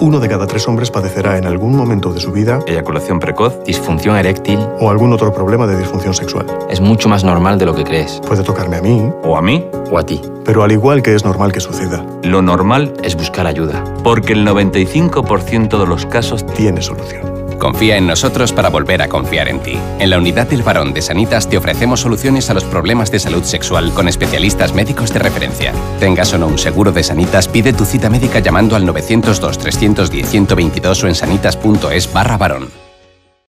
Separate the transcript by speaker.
Speaker 1: uno de cada tres hombres padecerá en algún momento de su vida
Speaker 2: eyaculación precoz, disfunción eréctil,
Speaker 1: o algún otro problema de disfunción sexual.
Speaker 2: es mucho más normal de lo que crees.
Speaker 1: Puede tocarme a mí,
Speaker 3: ¿O a mí?
Speaker 2: O a ti.
Speaker 1: pero al igual que es normal que suceda,
Speaker 3: Lo normal,
Speaker 2: Es buscar ayuda.
Speaker 3: porque el 95% de los casos
Speaker 1: tiene solución.
Speaker 4: Confía en nosotros para volver a confiar en ti. En la unidad del varón de Sanitas te ofrecemos soluciones a los problemas de salud sexual con especialistas médicos de referencia. Tengas o no un seguro de Sanitas, pide tu cita médica llamando al 902-310-122 o en sanitas.es barra varón.